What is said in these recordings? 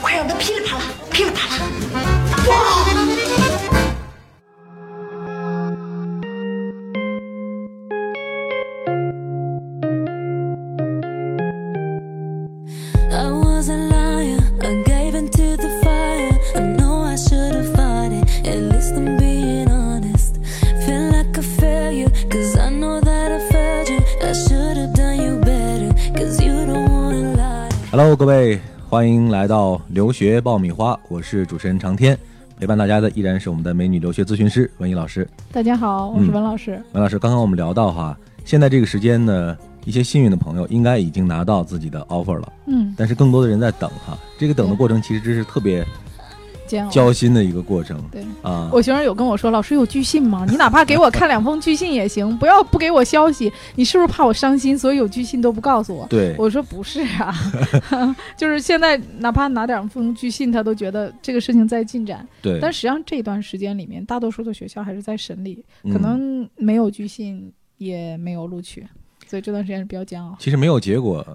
快让它噼里啪啦，噼里啪啦。 I was a liar, I gave in to the fire. I know I should have fought it, at least I'm being honest. Feel like a failure, cause I know that I failed you. I should have done you better, cause you don't wanna lie. ”。 Hello，各位，欢迎来到留学爆米花，我是主持人长天。陪伴大家的依然是我们的美女留学咨询师文怡老师。大家好，我是嗯文老师。文老师，刚刚我们聊到哈，现在这个时间呢，一些幸运的朋友应该已经拿到自己的 offer 了，嗯，但是更多的人在等哈。这个等的过程其实是特别煎熬。交心的一个过程嗯对，啊。我学生有跟我说，老师有拒信 吗？你哪怕给我看两封拒信也行，不要不给我消息。你是不是怕我伤心，所以有拒信都不告诉我？对，我说不是啊， 就是现在哪怕拿两封拒信，他都觉得这个事情在进展。对，但是实际上这段时间里面，大多数的学校还是在审理，嗯可能没有拒信，也没有录取，所以这段时间是比较煎熬。其实没有结果，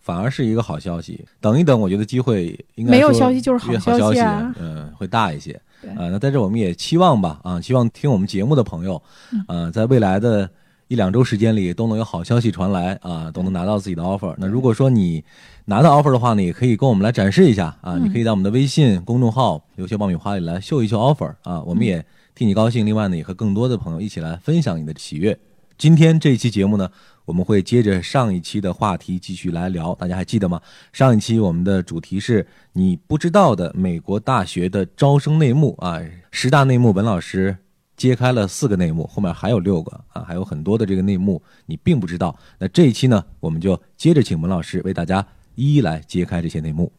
反而是一个好消息。等一等，我觉得机会应该没有说消息就是好越好消息，息啊嗯，会大一些。对啊、那在这我们也期望吧，啊，希望听我们节目的朋友，呃，在未来的一两周时间里都能有好消息传来啊，都能拿到自己的 offer。那如果说你拿到 offer 的话呢，也可以跟我们来展示一下啊，你可以到我们的微信公众号“留学爆米花”里来秀一秀 offer 啊，我们也替你高兴。另外呢，也和更多的朋友一起来分享你的喜悦。今天这一期节目呢，我们会接着上一期的话题继续来聊，大家还记得吗？上一期我们的主题是你不知道的美国大学的招生内幕啊，十大内幕，文老师揭开了四个内幕，后面还有六个啊，还有很多的这个内幕你并不知道。那这一期呢，我们就接着请文老师为大家一一来揭开这些内幕。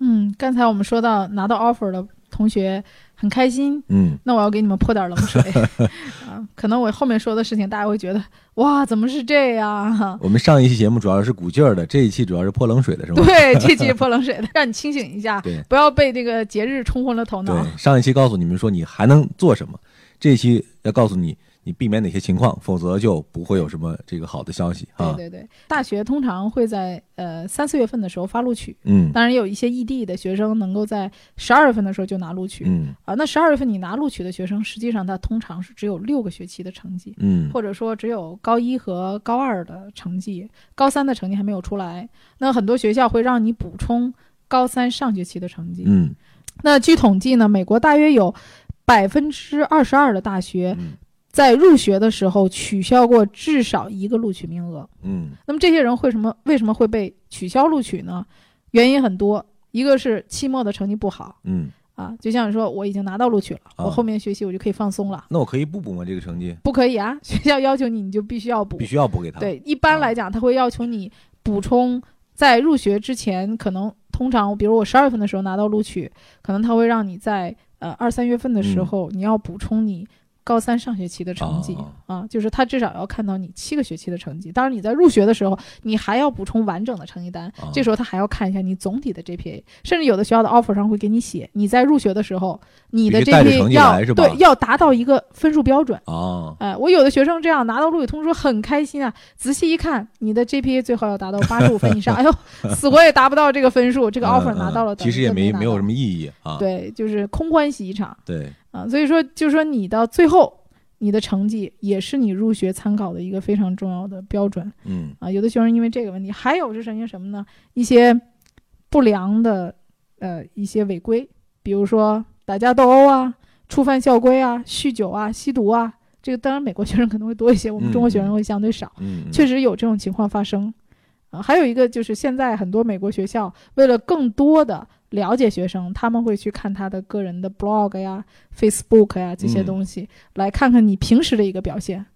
嗯，刚才我们说到拿到 offer 的同学很开心，嗯，那我要给你们泼点冷 水啊！可能我后面说的事情，大家会觉得哇，怎么是这 样？我们上一期节目主要是鼓劲儿的，这一期主要是泼冷水的是吗？对，这期泼冷水 的，让你清醒一下对，不要被这个节日冲昏了头脑。对，上一期告诉你们说你还能做什么，这一期要告诉你你避免哪些情况，否则就不会有什么这个好的消息啊。对对对，大学通常会在呃三四月份的时候发录取，嗯当然也有一些异地的学生能够在十二月份的时候就拿录取、嗯啊。那十二月份你拿录取的学生，实际上他通常是只有六个学期的成绩，嗯，或者说只有高一和高二的成绩，高三的成绩还没有出来。那很多学校会让你补充高三上学期的成绩。嗯那据统计呢，美国大约有百分之二十二的大学嗯在入学的时候取消过至少一个录取名额。嗯那么这些人会什么为什么会被取消录取呢？原因很多，一个是期末的成绩不好嗯，啊，就像你说我已经拿到录取了，啊我后面学习我就可以放松了。那我可以不补吗？这个成绩不可以啊，学校要求你，你就必须要补必。须要补给他。，对，一般啊来讲，他会要求你补充在入学之前，可能通常，比如我十二月份的时候拿到录取，可能他会让你在呃二三月份的时嗯候，你要补充你高三上学期的成绩、哦啊，就是他至少要看到你七个学期的成绩。当然，你在入学的时候，你还要补充完整的成绩单，哦这时候他还要看一下你总体的 GPA，甚至有的学校的 offer 上会给你写，你在入学的时候你的必须带着成 GPA 绩来是要吧对要达到一个分数标准。哦，哎，我有的学生这样拿到录取通知书很开心啊，仔细一看，你的 GPA 最好要达到八十五分以上，哎 呦，死活也达不到这个分数，这这个 offer 拿到了，嗯等于啊其实也就没拿没有到什么意义啊。对，就是空欢喜一场对，啊。所以说，就说你到最后，你的成绩也是你入学参考的一个非常重要的标准嗯啊。有的学生因为这个问题，还有是因为什么呢？一些不良的呃一些违规，比如说打架斗殴啊、触犯校规啊、酗酒啊、吸毒啊。这个当然，美国学生可能会多一些，我们中国学生会相对少，嗯，确实，实有这种情况发生。啊，还有一个就是现在很多美国学校为了更多的了解学生，他们会去看他的个人的 blog 呀、Facebook 呀这些嗯东西，来看看你平时的一个表现。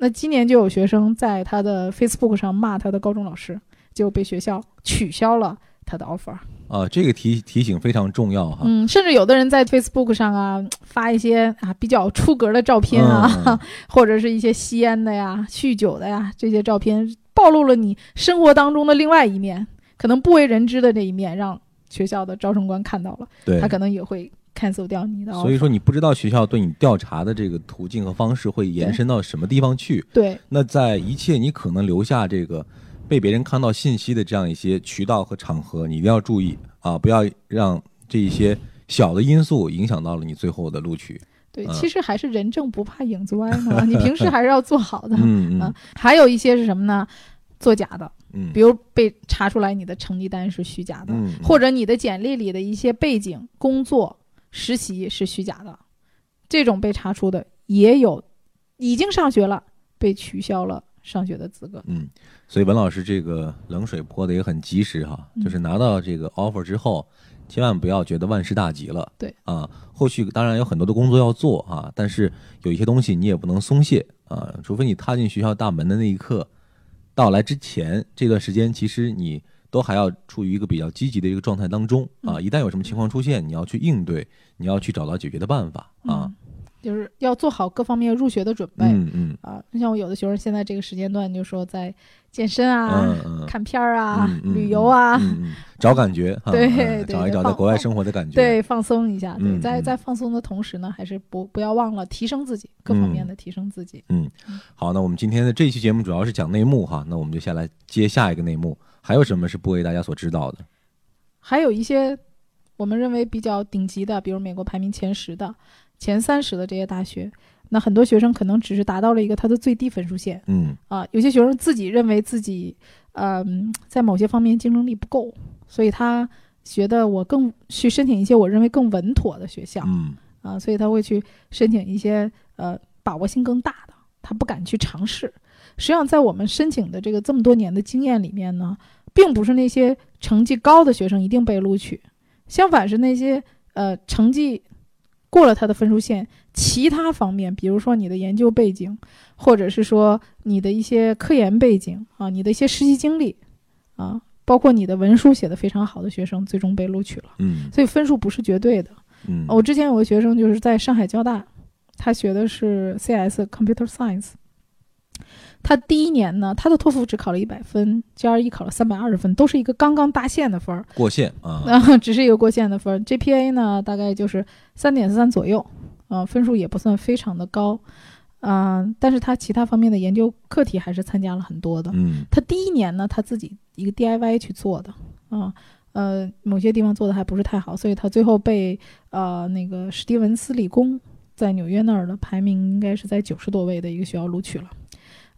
那今年就有学生在他的 Facebook 上骂他的高中老师，就被学校取消了他的 offer。啊，这个提提醒非常重要哈。嗯，甚至有的人在 Facebook 上啊发一些啊比较出格的照片啊，嗯或者是一些吸烟的呀、酗酒的呀这些照片，暴露了你生活当中的另外一面，可能不为人知的这一面，让学校的招生官看到了，对 他，可能也会 cancel 掉你的 offer。所以说你不知道学校对你调查的这个途径和方式会延对伸到什么地方去。对那在一切你可能留下这个被别人看到信息的这样一些渠道和场合，你一定要注意啊，不要让这一些小的因素影响到了你最后的录 取。对，嗯其实还是人正不怕影子歪 嘛，你平时还是要做好的。嗯啊嗯还有一些是什么呢？作假的，嗯，比如被查出来你的成绩单是虚假的，嗯或者你的简历里的一些背景、工作、实习是虚假的，这种被查出的也有，已经上学了被取消了上学的资格。嗯，所以文老师这个冷水泼的也很及时哈，嗯就是拿到这个 offer 之后，千万不要觉得万事大吉了。对啊，后续当然有很多的工作要做啊，但是有一些东西你也不能松懈啊，除非你踏进学校大门的那一刻，到来之前这段时间，其实你都还要处于一个比较积极的一个状态当中啊。嗯一旦有什么情况出现，你要去应对，你要去找到解决的办法啊。嗯，就是要做好各方面入学的准备。嗯嗯啊，像我有的学生现在这个时间段，就说在健身啊、嗯嗯。看片儿啊、嗯嗯旅游啊，嗯嗯找感觉，哈 对嗯对找一找放在国外生活的感觉，对，放松一下。对，嗯在嗯在放松的同时呢，还是不不要忘了提升自己，各方嗯面的提升自己。好，那我们今天的这期节目主要是讲内幕哈，那我们就下来接下一个内幕，还有什么是不为大家所知道的？还有一些我们认为比较顶级的，比如美国排名前十的、前三十的这些大学，那很多学生可能只是达到了一个他的最低分数线嗯啊、有些学生自己认为自己，嗯、在某些方面竞争力不够，所以他觉得我更去申请一些我认为更稳妥的学校啊、嗯所以他会去申请一些呃把握性更大的，他不敢去尝试。实际上，在我们申请的这个这么多年的经验里面呢，并不是那些成绩高的学生一定被录取，相反是那些呃成绩过了他的分数线，其他方面，比如说你的研究背景，或者是说你的一些科研背景啊，你的一些实习经历啊，包括你的文书写得非常好的学生，最终被录取了。嗯所以分数不是绝对的。嗯，我之前有个学生就是在上海交大，他学的是 CS Computer Science。他第一年呢，他的托福只考了一百分，GRE 考了三百二十分，都是一个刚刚搭线的分儿，过线啊，然 后只是一个过线的分儿。GPA 呢，大概就是三点三左右，啊、分数也不算非常的高，啊、但是他其他方面的研究课题还是参加了很多的。嗯他第一年呢，他自己一个 DIY 去做的，啊、呃，某些地方做的还不是太好，所以他最后被呃那个史蒂文斯理工在纽约那儿的排名应该是在九十多位的一个学校录取了，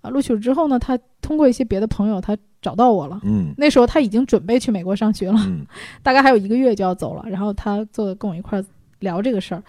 啊，录取了之后呢，他通过一些别的朋友，他找到我了。嗯那时候他已经准备去美国上学了，嗯大概还有一个月就要走了。然后他坐跟我一块儿聊这个事儿，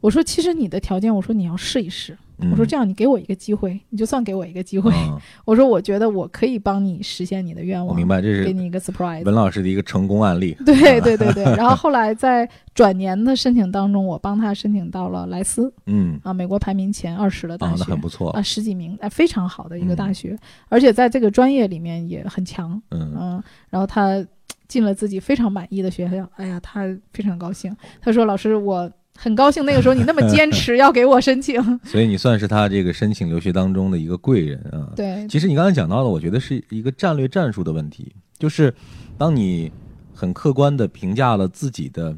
我说其实你的条件，我说你要试一试，嗯，我说这样你给我一个机会，你就算给我一个机会，啊我说我觉得我可以帮你实现你的愿望，我明白，这给是你一个 surprise。文老师的一个成功案例， 对对对对， 然后后来在转年的申请当中，我帮他申请到了莱斯嗯啊，美国排名前二十的啊大，那学很不错啊，，十几名，哎，非常好的一个嗯大学，而且在这个专业里面也很强，嗯，嗯，然后他进了自己非常满意的学校，哎呀，他非常高兴，他说老师我。很高兴那个时候你那么坚持要给我 申请，所以你算是他这个申请留学当中的一个贵人啊。对，其实你刚才讲到的，我觉得是一个战略战术的问题，就是当你很客观的评价了自己的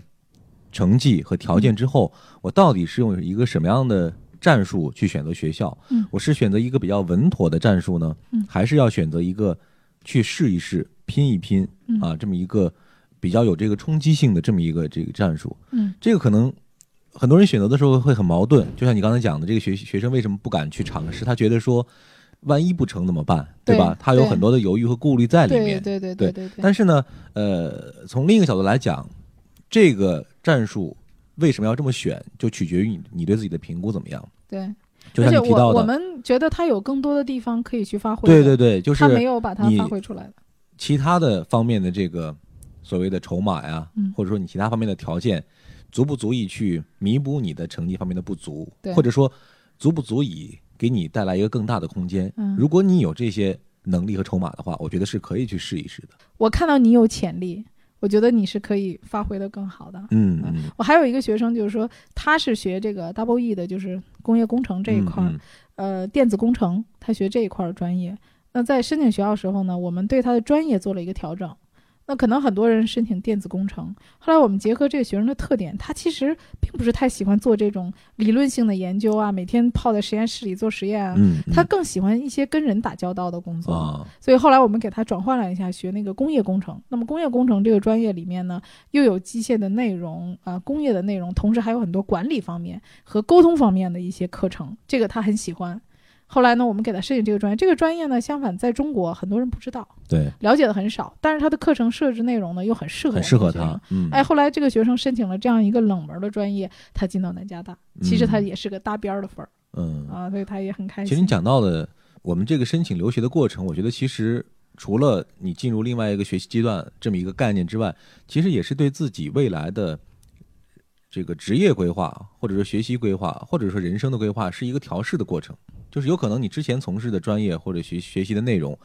成绩和条嗯件之后，我到底是用一个什么样的战术去选择学校？嗯我是选择一个比较稳妥的战术呢，嗯还是要选择一个去试一试、拼一拼嗯啊，这么一个比较有这个冲击性的这么一个这个战术？嗯，这个可能很多人选择的时候会很矛盾，就像你刚才讲的，这个学学生为什么不敢去尝试？他觉得说，万一不成怎么办，对吧？他有对很多的犹豫和顾虑在里对面。对对对对对，但是呢，呃，从另一个角度来讲，这个战术为什么要这么选，就取决于你你对自己的评估怎么样。对，就而像且你提我到我的，们觉得他有更多的地方可以去发挥的，对对对，就他没是有把它你发挥出来的。其他的方面的这个所谓的筹码呀，嗯或者说你其他方面的条件，足不足以去弥补你的成绩方面的不足对，或者说足不足以给你带来一个更大的空间。嗯如果你有这些能力和筹码的话，我觉得是可以去试一试的。我看到你有潜力，我觉得你是可以发挥的更好的。嗯嗯，我还有一个学生，就是说他是学这个 Double E 的，就是工业工程这一块儿，嗯嗯呃，电子工程，他学这一块儿专业。那在申请学校时候呢，我们对他的专业做了一个调整。那可能很多人申请电子工程，后来我们结合这个学生的特点，他其实并不是太喜欢做这种理论性的研究啊，每天泡在实验室里做实验啊，嗯，嗯他更喜欢一些跟人打交道的工作。啊，所以后来我们给他转换了一下，学那个工业工程。那么工业工程这个专业里面呢，又有机械的内容啊、呃工业的内容，同时还有很多管理方面和沟通方面的一些课程，这个他很喜欢。后来呢，我们给他申请这个专业。这个专业呢，相反在中国很多人不知道，对，了解的很少，但是他的课程设置内容呢，又很适合很适合我们的学生他。。嗯，哎，后来这个学生申请了这样一个冷门的专业，他进到南加大，其实他嗯也是个搭边儿的分儿、嗯，啊，所以他也很开心。其实你讲到的，我们这个申请留学的过程，我觉得其实除了你进入另外一个学习阶段这么一个概念之外，其实也是对自己未来的这个职业规划，或者说学习规划，或者说人生的规划，是一个调试的过程。就是有可能你之前从事的专业或者学学习的内容，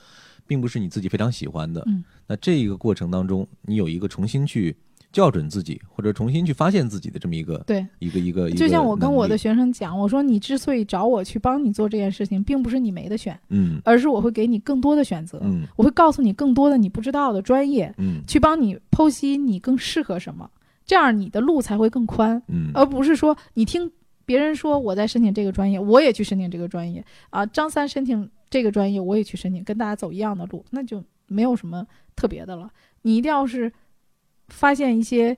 并不是你自己非常喜欢的。嗯那这一个过程当中，你有一个重新去校准自己，或者重新去发现自己的这么一个对。一个一个一个。就像我跟我的，学生讲，我说你之所以找我去帮你做这件事情，并不是你没得选，嗯而是我会给你更多的选择，嗯我会告诉你更多的你不知道的专业，嗯去帮你剖析你更适合什么，这样你的路才会更宽，嗯，而不是说你听别人说我在申请这个专业，我也去申请这个专业啊，张三申请这个专业，我也去申请，跟大家走一样的路，那就没有什么特别的了。你一定要是发现一些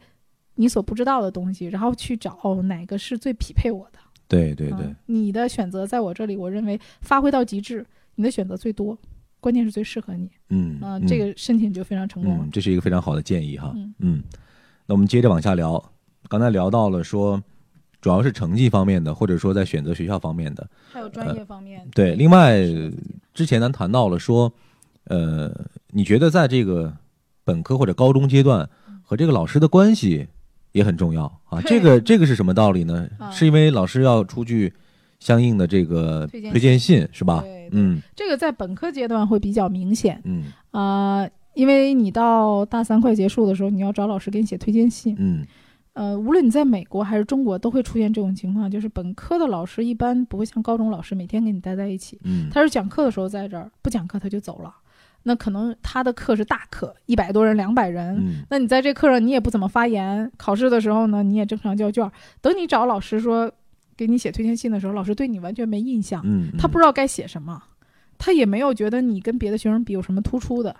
你所不知道的东西，然后去找、哦、哪个是最匹配我的。对对对啊，你的选择在我这里，我认为发挥到极致，你的选择最多，关键是最适合你嗯啊、嗯这个申请就非常成功了。嗯，这是一个非常好的建议哈。嗯那我们接着往下聊，刚才聊到了说，主要是成绩方面的，或者说在选择学校方面的。还有专业方面，对，另外适合自己之前咱谈到了说，呃，你觉得在这个本科或者高中阶段和这个老师的关系也很重要啊。对这个这个是什么道理呢？啊是因为老师要出具相应的这个推荐信推荐信是吧对对？嗯这个在本科阶段会比较明显嗯啊、因为你到大三快结束的时候，你要找老师给你写推荐信。嗯呃，无论你在美国还是中国，都会出现这种情况，就是本科的老师一般不会像高中老师每天跟你待在一起，嗯，他是讲课的时候在这儿，不讲课他就走了。那可能他的课是大课，一百多人、两百人，嗯那你在这课上你也不怎么发言，考试的时候呢你也正常交卷儿。等你找老师说给你写推荐信的时候，老师对你完全没印象，嗯，他不是知道该写什么，他也没有觉得你跟别的学生比有什么突出的。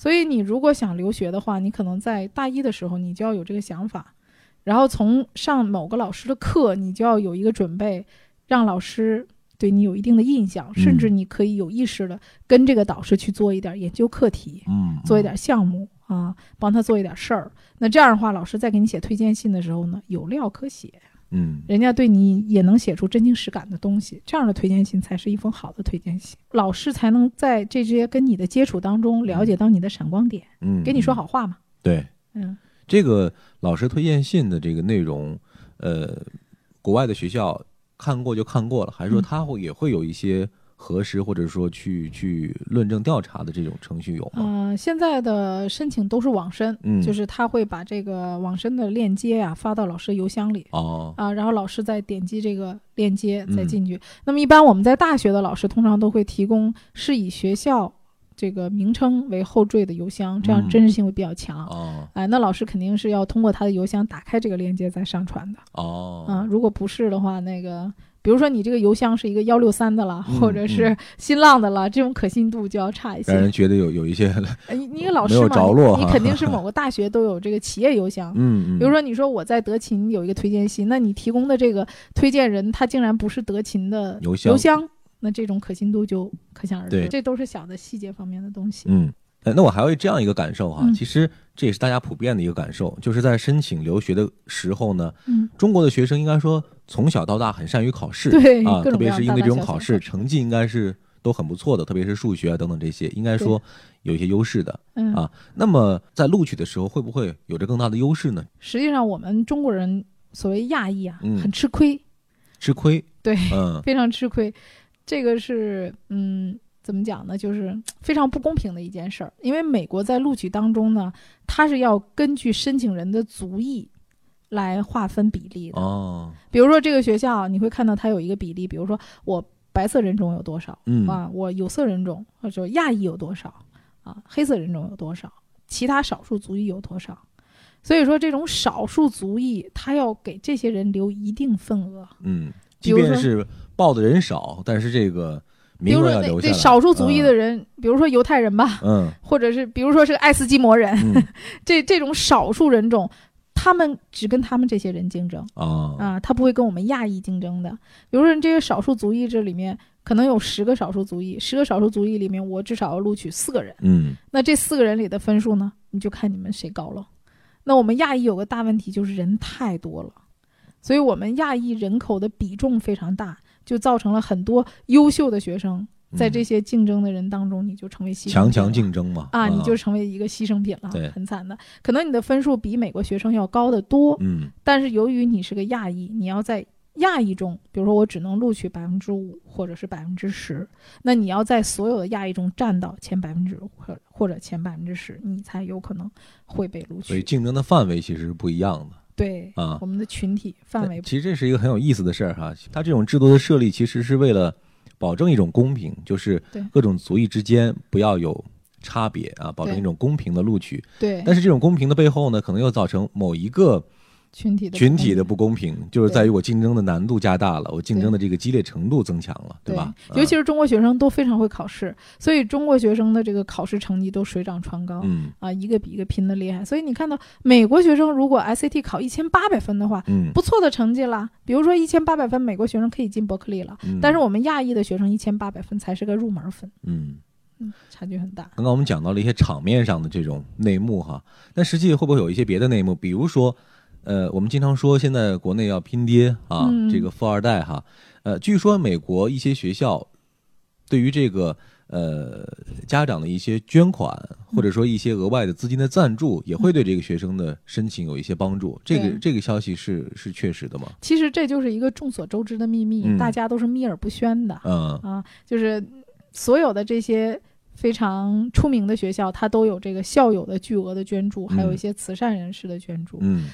所以你如果想留学的话，你可能在大一的时候你就要有这个想法，然后从上某个老师的课，你就要有一个准备，让老师对你有一定的印象，甚至你可以有意识的跟这个导师去做一点研究课题。嗯做一点项目啊，帮他做一点事儿。那这样的话，老师在给你写推荐信的时候呢，有料可写，嗯人家对你也能写出真情实感的东西。这样的推荐信才是一封好的推荐信，老师才能在这些跟你的接触当中了解到你的闪光点，嗯，给你说嗯好话嘛。对，嗯，这个老师推荐信的这个内容，呃，国外的学校看过就看过了，还是说嗯他会也会有一些核实或者说去去论证调查的这种程序有吗？呃，现在的申请都是网申，嗯就是他会把这个网申的链接啊发到老师邮箱里。哦，啊，然后老师再点击这个链接再嗯进去。那么一般我们在大学的老师通常都会提供是以学校这个名称为后缀的邮箱，这样嗯真实性会比较强。哦，哎，那老师肯定是要通过他的邮箱打开这个链接再上传的哦，啊。如果不是的话，那个比如说你这个邮箱是一个幺六三的啦， 或嗯者嗯是新浪的啦，这种可信度就要差一些让。人觉得有有一些，哎你你一个老没师有嘛，着落你哈，肯定是某个大学都有这个企业邮箱 嗯，嗯比如，说，你说我在德勤有一个推荐信，那你提供的这个推荐人他竟然不是德勤的邮箱那这种可信度就可想而知。对这都是小的细节方面的东西。嗯。呃那我还有这样一个感受哈，嗯其实这也是大家普遍的一个感受，就是在申请留学的时候呢，嗯，中国的学生应该说从小到大很善于考试，对啊，哎各特种各别样是应大对大这种小小考的试成绩应该是都很不错的，特别是数学啊等等这些，应该说有一些优势的嗯啊。那么在录取的时候会不会有着更大的优势呢？实际上我们中国人所谓亚裔啊，嗯很吃亏，吃亏，对嗯非常吃亏。这个是嗯，怎么讲呢？就是非常不公平的一件事儿。因为美国在录取当中呢，它是要根据申请人的族裔来划分比例的。哦，比如说这个学校，你会看到它有一个比例，比如说我白色人种有多少，嗯啊，我有色人种或者亚裔有多少啊，黑色人种有多少，其他少数族裔有多少。所以说，这种少数族裔，他要给这些人留一定份额。嗯，比即如便说是报的人少，但是这个比名如额说要那留下那来。少数族裔的人，人，比如说犹太人吧，嗯或者是比如说是个爱斯基摩人，嗯 这这种少数人种，他们只跟他们这些人竞争啊，啊，他不会跟我们亚裔竞争的。比如说你这些少数族裔这里面，可能有十个少数族裔，十个少数族裔里面，我至少要录取四个人。嗯那这四个人里的分数呢，你就看你们谁高了。那我们亚裔有个大问题就是人太多了，所以我们亚裔人口的比重非常大，就造成了很多优秀的学生在这些竞争的人当中，你就成为牺牲嗯强品强了竞争嘛啊，你就成为一个牺牲品了，对很惨的。可能你的分数比美国学生要高得多，嗯但是由于你是个亚裔，你要在亚裔中，比如说我只能录取百分之五或者是百分之十，那你要在所有的亚裔中占到前百分之五或或者前百分之十，你才有可能会被录所以取。竞争的范围其实是不一样的。对，啊我们的群体范围其实这是一个很有意思的事儿哈。它这种制度的设立，其实是为了保证一种公平，就是对各种族裔之间不要有差别啊，保证对一种公平的录取。对但是这种公平的背后呢，可能又造成某一个群体的群体的不不公平，就是在于我竞争的难度加大了，我竞争的这个激烈程度增强了，对吧？啊尤其是是中国学生都非常会考试，所以中国学生的这个考试成绩都水涨船高。嗯啊，一个比一个拼的厉害。所以你看到美国学生如果 SAT 考一千八百分的话，嗯，不错的成绩啦。比如说一千八百分，美国学生可以进伯克利了。嗯但是我们亚裔的学生一千八百分才是个入门分，嗯，嗯，差距很大。刚刚我们讲到了一些场面上的这种内幕哈，但实际会不会有一些别的内幕？比如说，呃，我们经常说现在国内要拼爹啊，嗯这个富二代哈，呃，据说美国一些学校对于这个呃家长的一些捐款，嗯或者说一些额外的资金的赞助，也会对这个学生的申请有一些帮助。这个对这个消息是是确实的吗？其实这就是一个众所周知的秘密，嗯大家都是秘而不宣的嗯啊。就是所有的这些非常出名的学校，它都有这个校友的巨额的捐助，还有嗯一些慈善人士的捐助。嗯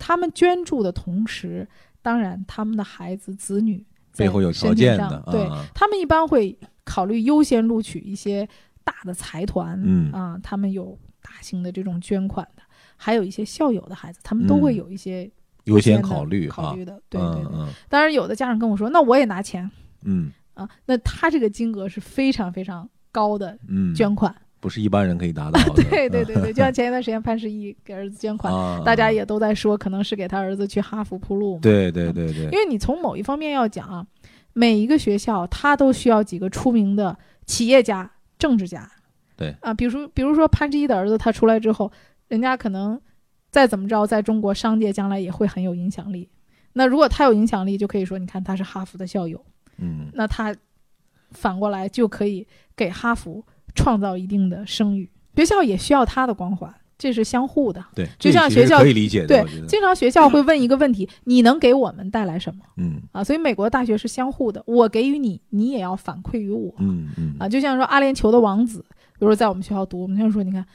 他们捐助的同时，当然他们的孩子子女在背后有条申请件上的对、啊他们一般会考虑优先录取一些大的财团，嗯啊，他们有大型的这种捐款的，还有一些校友的孩子，他们都嗯会有一些优先的考虑哈考虑的，对对对。嗯当然，有的家长跟我说，那我也拿钱嗯啊，那他这个金额是非常非常高的嗯，捐款，不是一般人可以达到的。 对对嗯对 对，就像前一段时间潘石屹给儿子捐款，啊大家啊也都在说，可能是给他儿子去哈佛铺路嘛。对对对对，因为你从某一方面要讲啊，每一个学校它都需要几个出名的企业家、政治家。对啊，比如说比如说潘之一的儿子，他出来之后，人家可能再怎么着，在中国商界将来也会很有影响力。那如果他有影响力，就可以说，你看他是哈佛的校友，嗯那他反过来就可以给哈佛创造一定的声誉。学校也需要他的光环，这是相互的。对，就这像其实学校可以理解的，对我觉得，经常学校会问一个问题：你能给我们带来什么？嗯啊，所以美国大学是相互的，我给予你，你也要反馈于我嗯嗯啊。就像说阿联酋的王子，比如说在我们学校读，我们就说你看，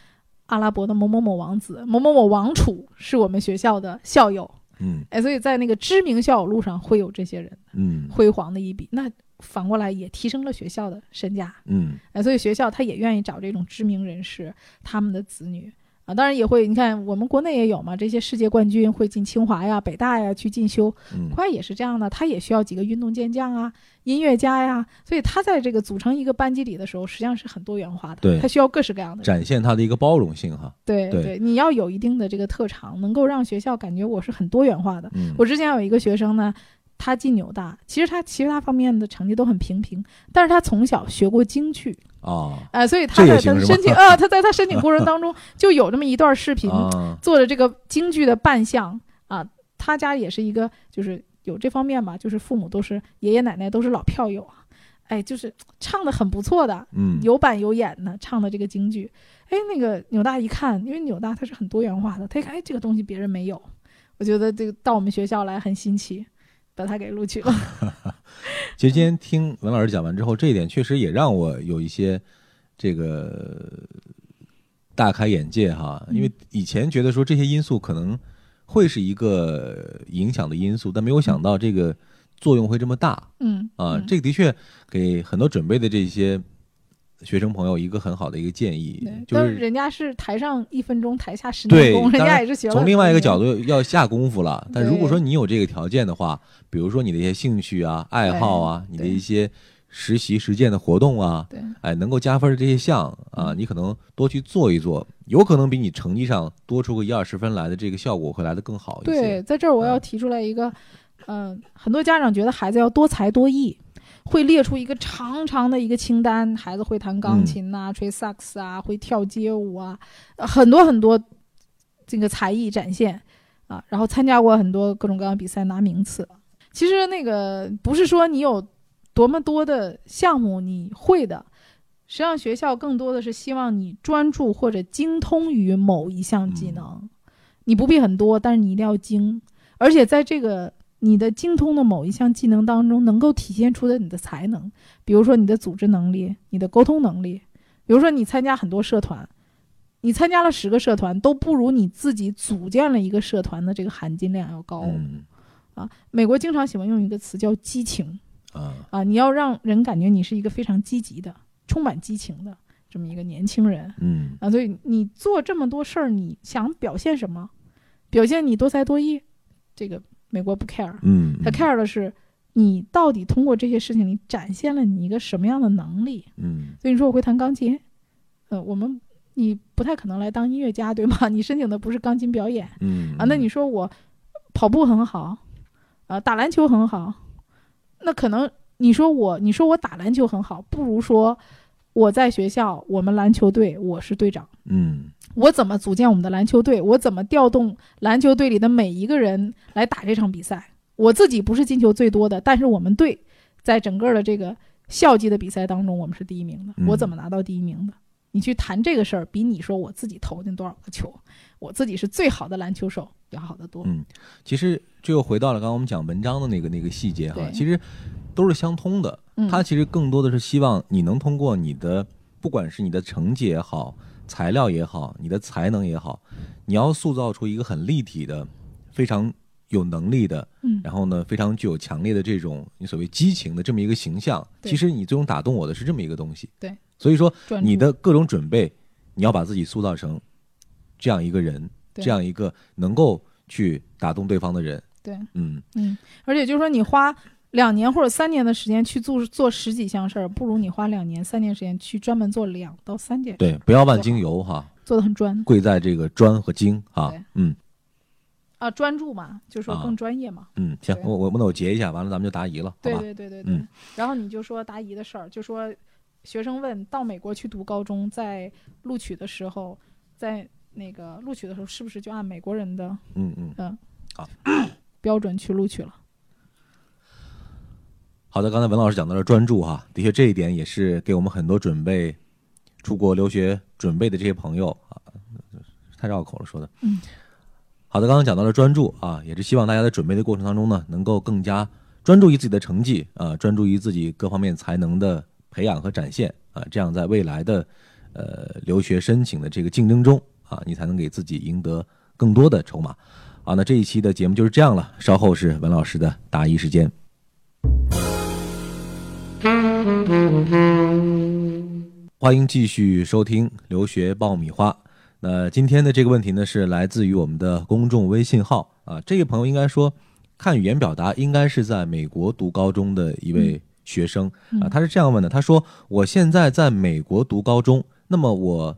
阿拉伯的某某某王子、某某某王储是我们学校的校友，嗯哎，所以在那个知名校友路上会有这些人嗯辉煌的一笔，那反过来也提升了学校的身价，嗯哎，所以学校他也愿意找这种知名人士他们的子女。啊，当然也会，你看我们国内也有嘛，这些世界冠军会进清华呀、北大呀去进修，嗯，快也是这样的，他也需要几个运动健将啊、音乐家呀，所以他在这个组成一个班级里的时候，实际上是很多元化的，对他需要各式各样的人，展现它的一个包容性哈，对对你要有一定的这个特长，能够让学校感觉我是很多元化的。嗯我之前有一个学生呢，他进纽大，其实他其他方面的成绩都很平平，但是他从小学过京剧，啊哎、所以他这也在他行是申请吗啊，他在他申请过程当中就有这么一段视频， 啊做着这个京剧的扮相啊，他家也是一个就是有这方面吧，就是父母都是爷爷奶奶都是老票友啊，哎，就是唱的很不错的，嗯有板有眼的唱的这个京剧，哎，那个纽大一看，因为纽大它是很多元化的，他一看哎这个东西别人没 有，我觉得这个到我们学校来很新奇，把他给录取了。其实今天听文老师讲完之后，这一点确实也让我有一些这个大开眼界哈，因为嗯以前觉得说这些因素可能会是一个影响的因素，但没有想到这个作用会这么大嗯啊。嗯这个的确给很多准备的这些学生朋友一个很好的一个建议对，，就但是是。人家是台上一分钟，台下十年对功，，人当家然也是学了。从另外一个角，度要下功夫了。但如果对说你有这个条件的话，比如说你的一些兴趣啊、爱好啊，你的一些实习实践的活动啊，对，哎，能够加分的这些项嗯啊，你可能多去做一做，有可能比你成绩上多出个一二十分来的这个效果会来的更好一对，些。在这儿我嗯要提出来一个，嗯、很多家长觉得孩子要多才多艺，会列出一个长长的一个清单，孩子会弹钢嗯琴呐、吹萨克斯啊，会跳街舞啊，呃很多很多这个才艺展现啊，然后参加过很多各种各样的比赛拿名次。其实那个不是说你有多么多的项目你会的，实际上学校更多的是希望你专注或者精通于某一项技能，你不必很多，但是你一定要精，而且在这个你的精通的某一项技能当中，能够体现出的你的才能，比如说你的组织能力、你的沟通能力，比如说你参加很多社团。你参加了十个社团，都不如你自己组建了一个社团的这个含金量要高。嗯啊，美国经常喜欢用一个词叫激情啊，啊，你要让人感觉你是一个非常积极的、充满激情的这么一个年轻人嗯啊，所以你做这么多事儿，你想表现什么？表现你多才多艺，这个美国不 care，嗯，他 care 的是你到底通过这些事情里展现了你一个什么样的能力。嗯所以你说我会弹钢琴，呃，我们你不太可能来当音乐家，对吗？你 申请的不是钢琴表演。嗯啊，那你说我跑步很好，啊，打篮球很好，那可能你说我，你说我打篮球很好，不如说我在学校，我们篮球队我是队长，嗯我怎么组建我们的篮球队，我怎么调动篮球队里的每一个人来打这场比赛。我自己不是进球最多的，但是我们队在整个的这个校级的比赛当中，我们是第一名的。嗯我怎么拿到第一名的？你去谈这个事儿，比你说我自己投进多少个球，我自己是最好的篮球手要好得多。嗯其实这又回到了刚刚我们讲文章的那个那个细节哈，对其实都是相通的。嗯，他其实更多的是希望你能通过你的，不管是你的成绩也好，材料也好，你的才能也好，你要塑造出一个很立体的、非常有能力的，嗯然后呢，非常具有强烈的这种你所谓激情的这么一个形象。对其实你最终打动我的是这么一个东西。对，所以说专注你的各种准备，你要把自己塑造成这样一个人，对这样一个能够去打动对方的人。对，嗯，嗯，而且就是说你花两年或者三年的时间去做做十几项事儿，不如你花两年三年时间去专门做两到三件事，对，不要万金油哈，做的很专。贵在这个专和精哈对。嗯。啊，专注嘛，就说啊更专业嘛。嗯，行，对我我那我截一下，完了咱们就答疑了，好对吧？对对对对。嗯然后你就说答疑的事儿，就说学生问到美国去读高中，在录取的时候，在那个录取的时候，是不是就按美国人的嗯嗯，标准去录取了？ 好的，刚才文老师讲到了专注哈，的确这一点也是给我们很多准备出国留学准备的这些朋友啊，太绕口了说的。嗯。好的，刚刚讲到了专注啊，也是希望大家在准备的过程当中呢，能够更加专注于自己的成绩啊，专注于自己各方面才能的培养和展现啊，这样在未来的呃留学申请的这个竞争中啊，你才能给自己赢得更多的筹码。啊，那这一期的节目就是这样了，稍后是文老师的答疑时间。欢迎继续收听《留学爆米花》。那今天的这个问题呢，是来自于我们的公众微信号啊。这个朋友应该说，看语言表达应该是在美国读高中的一位学生、啊。他是这样问的：他说，我现在在美国读高中，那么我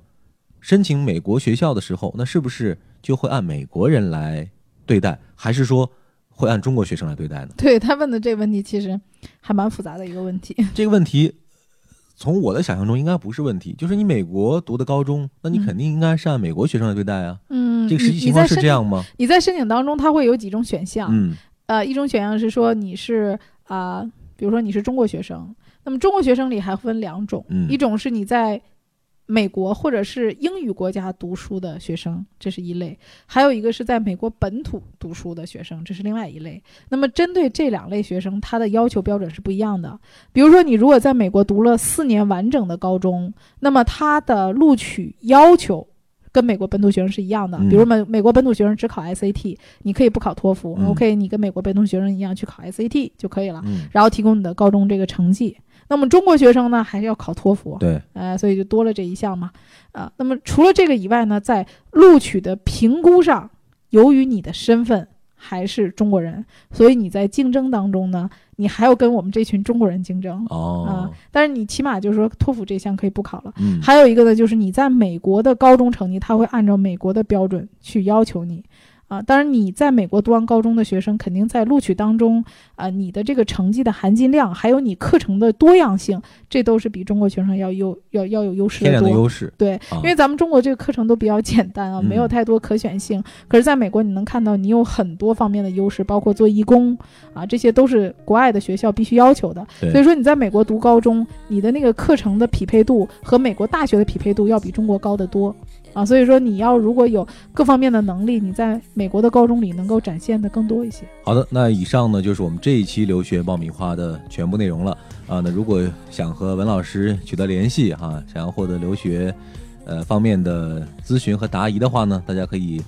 申请美国学校的时候，那是不是就会按美国人来对待，还是说会按中国学生来对待呢？对他问的这个问题，其实还蛮复杂的一个问题。这个问题，从我的想象中应该不是问题。就是你美国读的高中，那你嗯肯定应该是按美国学生来对待啊。 嗯，这个实际你情况是你在申这样吗？你在申请当中，它会有几种选项。嗯呃，一种选项是说你是啊、比如说你是中国学生，那么中国学生里还分两种，嗯一种是你在美国或者是英语国家读书的学生，这是一类；还有一个是在美国本土读书的学生，这是另外一类。那么针对这两类学生，他的要求标准是不一样的。比如说，你如果在美国读了四年完整的高中，那么他的录取要求。跟美国本土学生是一样的，嗯比如美美国本土学生只考 SAT，你可以不考托福、嗯 o k 你跟美国本土学生一样去考 SAT 就可以了，嗯，然后提供你的高中这个成绩。那么中国学生呢，还是要考托福，对，呃，所以就多了这一项嘛。啊、那么除了这个以外呢，在录取的评估上，由于你的身份还是中国人，所以你在竞争当中呢，你还要跟我们这群中国人竞争。啊哦，但是你起码就是说托福这项可以不考了。嗯，还有一个呢，就是你在美国的高中成绩，他会按照美国的标准去要求你。啊，当然，你在美国读完高中的学生，肯定在录取当中，啊，你的这个成绩的含金量，还有你课程的多样性，这都是比中国学生要优要要有优势天的然的多。优势，对，啊因为咱们中国这个课程都比较简单啊，嗯没有太多可选性。可是，在美国，你能看到你有很多方面的优势，包括做义工啊，这些都是国外的学校必须要求的。对所以说，你在美国读高中，你的那个课程的匹配度和美国大学的匹配度要比中国高得多啊。所以说，你要如果有各方面的能力，你在美国的高中里能够展现的更多一些。好的，那以上呢就是我们这一期留学爆米花的全部内容了啊。那如果想和文老师取得联系哈、想要获得留学呃方面的咨询和答疑的话呢，大家可以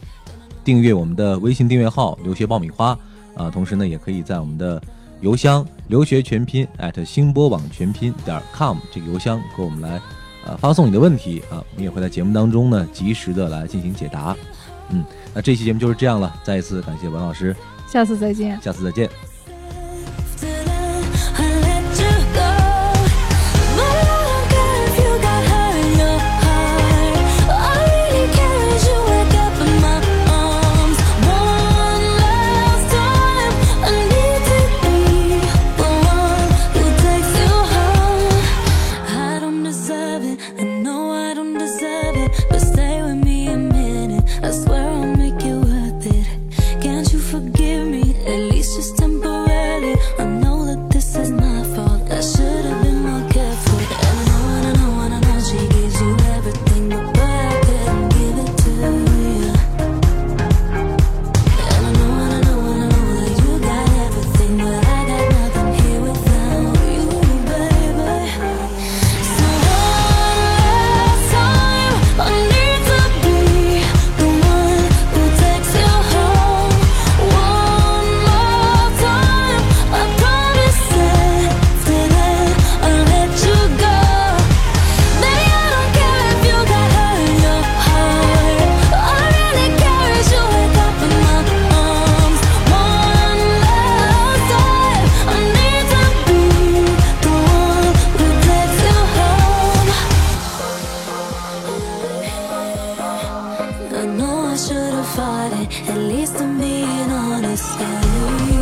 订阅我们的微信订阅号“留学爆米花”啊，同时呢也可以在我们的邮箱留学全拼 at 星播网全拼点 com 这个邮箱给我们来呃发送你的问题啊，我们也会在节目当中呢及时的来进行解答。嗯，那这期节目就是这样了，再一次感谢文老师。下次再见。下次再见。 I let you go. My love, God, if you got hurt in your heart, all I really care is you wake up in my arms. One last time, I need to be the one who takes you home. I don't deserve it. I know I don't deserve it, but stay with me a minute. I swear I'll make it worth it. Can't you forgive me? At least just temporarily. I know that this is my fault. I should have been more careful. And I know, and I know, and I know she gives you everything, but I couldn't give it to you. And I know, and I know, and I know that you got everything, but I got nothing here without you, baby. So one last time, I need to be the one who takes you home. One more time, I promise that I'll let you go. Baby, I don't care if you got hurt in your heart. All I really care is you wake up in my arms. One last time, I need to be the one who takes you home. I know I should have fought it. At least I'm being honest. Yeah.